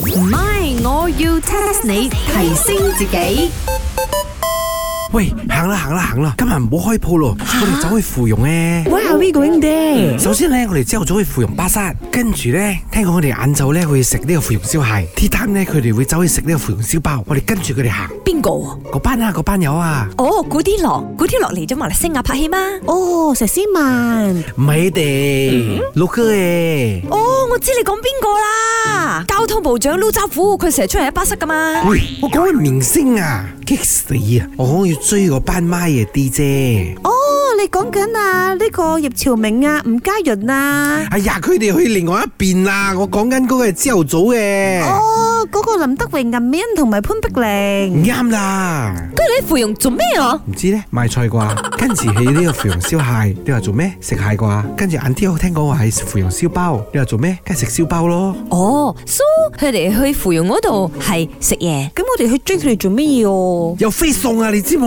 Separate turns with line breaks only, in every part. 唔係，我要 test 你提升自己。
喂，行啦行啦行啦，今日唔好開鋪咯，我哋走去芙蓉咧。
Where are we going there？
首先咧，我哋朝頭早去芙蓉巴沙，跟住咧，聽講我哋晏晝咧去食呢個芙蓉燒蟹，tea time 咧佢哋會走去食呢個芙蓉燒包，我哋跟住佢哋行。
邊個？
嗰班啊，嗰班友啊，
哦，古天樂，古天樂嚟咗馬來西亞拍戲嘛？
哦，佘詩曼。
唔係你哋老哥啊嘅。
哦，我知你講邊個啦，交通部長陸兆福，佢成日出嚟喺巴士噶嘛？
喂，我講緊明星啊，激死啊！我講要追嗰班咪嘅 DJ。
哦，你講緊啊呢個葉朝明啊、吳嘉潤啊。
哎呀，佢哋去另外一邊啦，我講緊嗰個係朝頭早嘅，
哦，嗰個林德榮、銀美欣同埋潘碧
唔
玲。
啱啦。
跟住你喺芙蓉做咩啊？
唔知咧賣 菜啩，跟住起呢個芙蓉燒蟹，你話做咩？食蟹啩，跟住晏啲我聽講話係食芙蓉燒包，你話做咩？梗係食燒包咯。
哦，so 佢哋去芙蓉嗰度係食嘢。
咁我哋去追佢哋做乜嘢哦？
有飛送啊，你知冇？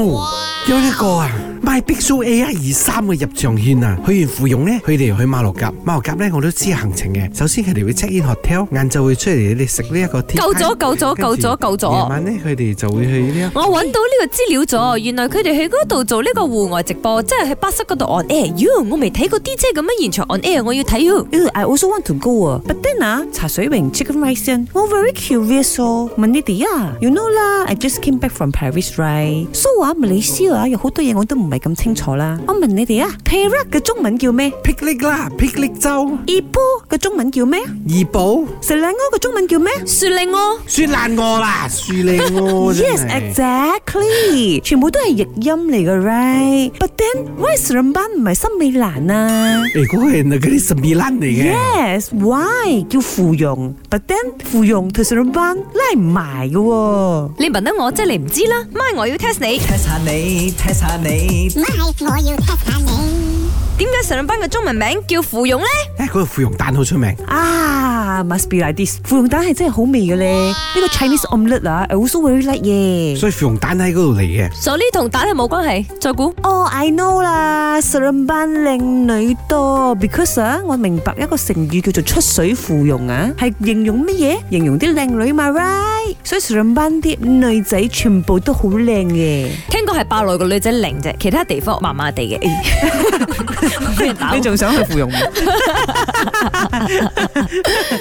有一個啊，My Big Show AI 二三嘅入場券啊，去完芙蓉呢，佢哋去馬六甲，馬六甲呢，我都知行程嘅。首先佢哋會 check in hotel，晏晝會出嚟你哋食呢一個 tea
夠
time。
咗夠咗
跟住
夠咗夠咗
夜晚呢，佢哋就會去呢一
我揾到呢個資料咗，原來佢哋去嗰度做呢個戶外直播，即係去巴士嗰度 on air。喲，我未睇過 DJ 咁樣現場 on air，我要睇喲。
Ew, Ừ, I also want to go à. 啊！But then 啊，茶水榮 chicken rice 先，我 very curious à. 哦。問你哋啊，you à, know 啦，I just came back from Paris à, right？So 啊，馬來西亞有好多嘢我都唔係咁清楚啦。我問你哋啊，Perak 嘅中文叫咩
picnic 啦，picnic 洲，
？Ipoh 嘅中文叫咩
怡保，
？Selangor 嘅中文叫咩
雪令我
雪爛我啦，雪靚我真
？Yes,
係
exactly，全部都係譯音嚟嘅，right？But then why Seremban 唔係森美蘭啊？
誒，嗰個係嗰啲神秘蘭嚟嘅。
Yes, why 叫芙蓉？But then 芙蓉同 Seremban 拉唔埋嘅喎。
你問得我，即係你唔知啦。咪我要 test 你，
test 下你，test 下你。
My，我要 test 下你。
點解上班嘅中文名叫芙蓉呢？
誒，嗰個芙蓉蛋好出名，
啊，must Ah, be like this。芙蓉蛋係真係好味嘅咧，呢個 Chinese omelette 啊，I also very like 嘅。
所以芙蓉蛋喺嗰度嚟嘅。
所呢同蛋係冇關係，再估。
哦，I Oh, know 啦，Seremban 靚女多，because à, 啊，我明白一個成語叫做出水芙蓉啊，係形容乜嘢？形容啲靚女嘛，right？所以 Seremban 啲女仔全部都好靚嘅。
聽講係爆內個女仔零啫，其他地方麻麻地嘅。俾人打我
仲想去芙蓉？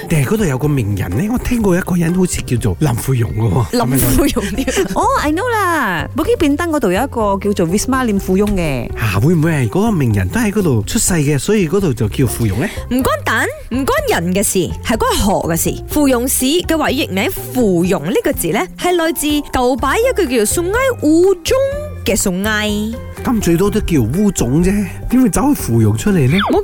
定係嗰度有個名人咧？我聽過一個人好似叫做林芙蓉嘅喎。
林芙蓉啲，
哦，I Oh, know 啦，布基便登嗰度有一個叫做 Wisma 念芙蓉嘅。
啊，會唔會係嗰個名人都喺嗰度出世嘅，所以嗰度就叫芙蓉咧？
唔關蛋，唔關人嘅事，係關河嘅事。芙蓉市嘅華語譯名芙蓉呢個字呢，係來自舊擺一句叫做送埃烏中嘅送埃。
咁最多都叫烏種啫，點會走去芙蓉出嚟咧？
冇咁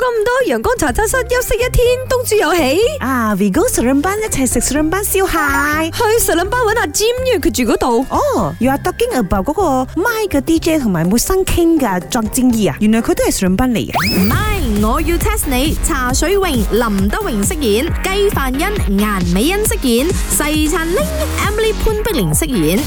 多陽光茶餐室休息一天，東主有喜。
啊，We go À, Seremban 一齊食 Seremban 燒蟹。
去石林巴揾阿 Jim，因為佢住嗰度。
哦，又話 Oh, talking about 嗰個 My 嘅 DJ 同埋冇生傾嘅莊正義啊，原來佢都係上賓嚟嘅。
唔係，我要 test 你。茶水榮、林德榮飾演，雞范欣、顏美欣飾演，細陳玲、Emily 潘碧玲飾演。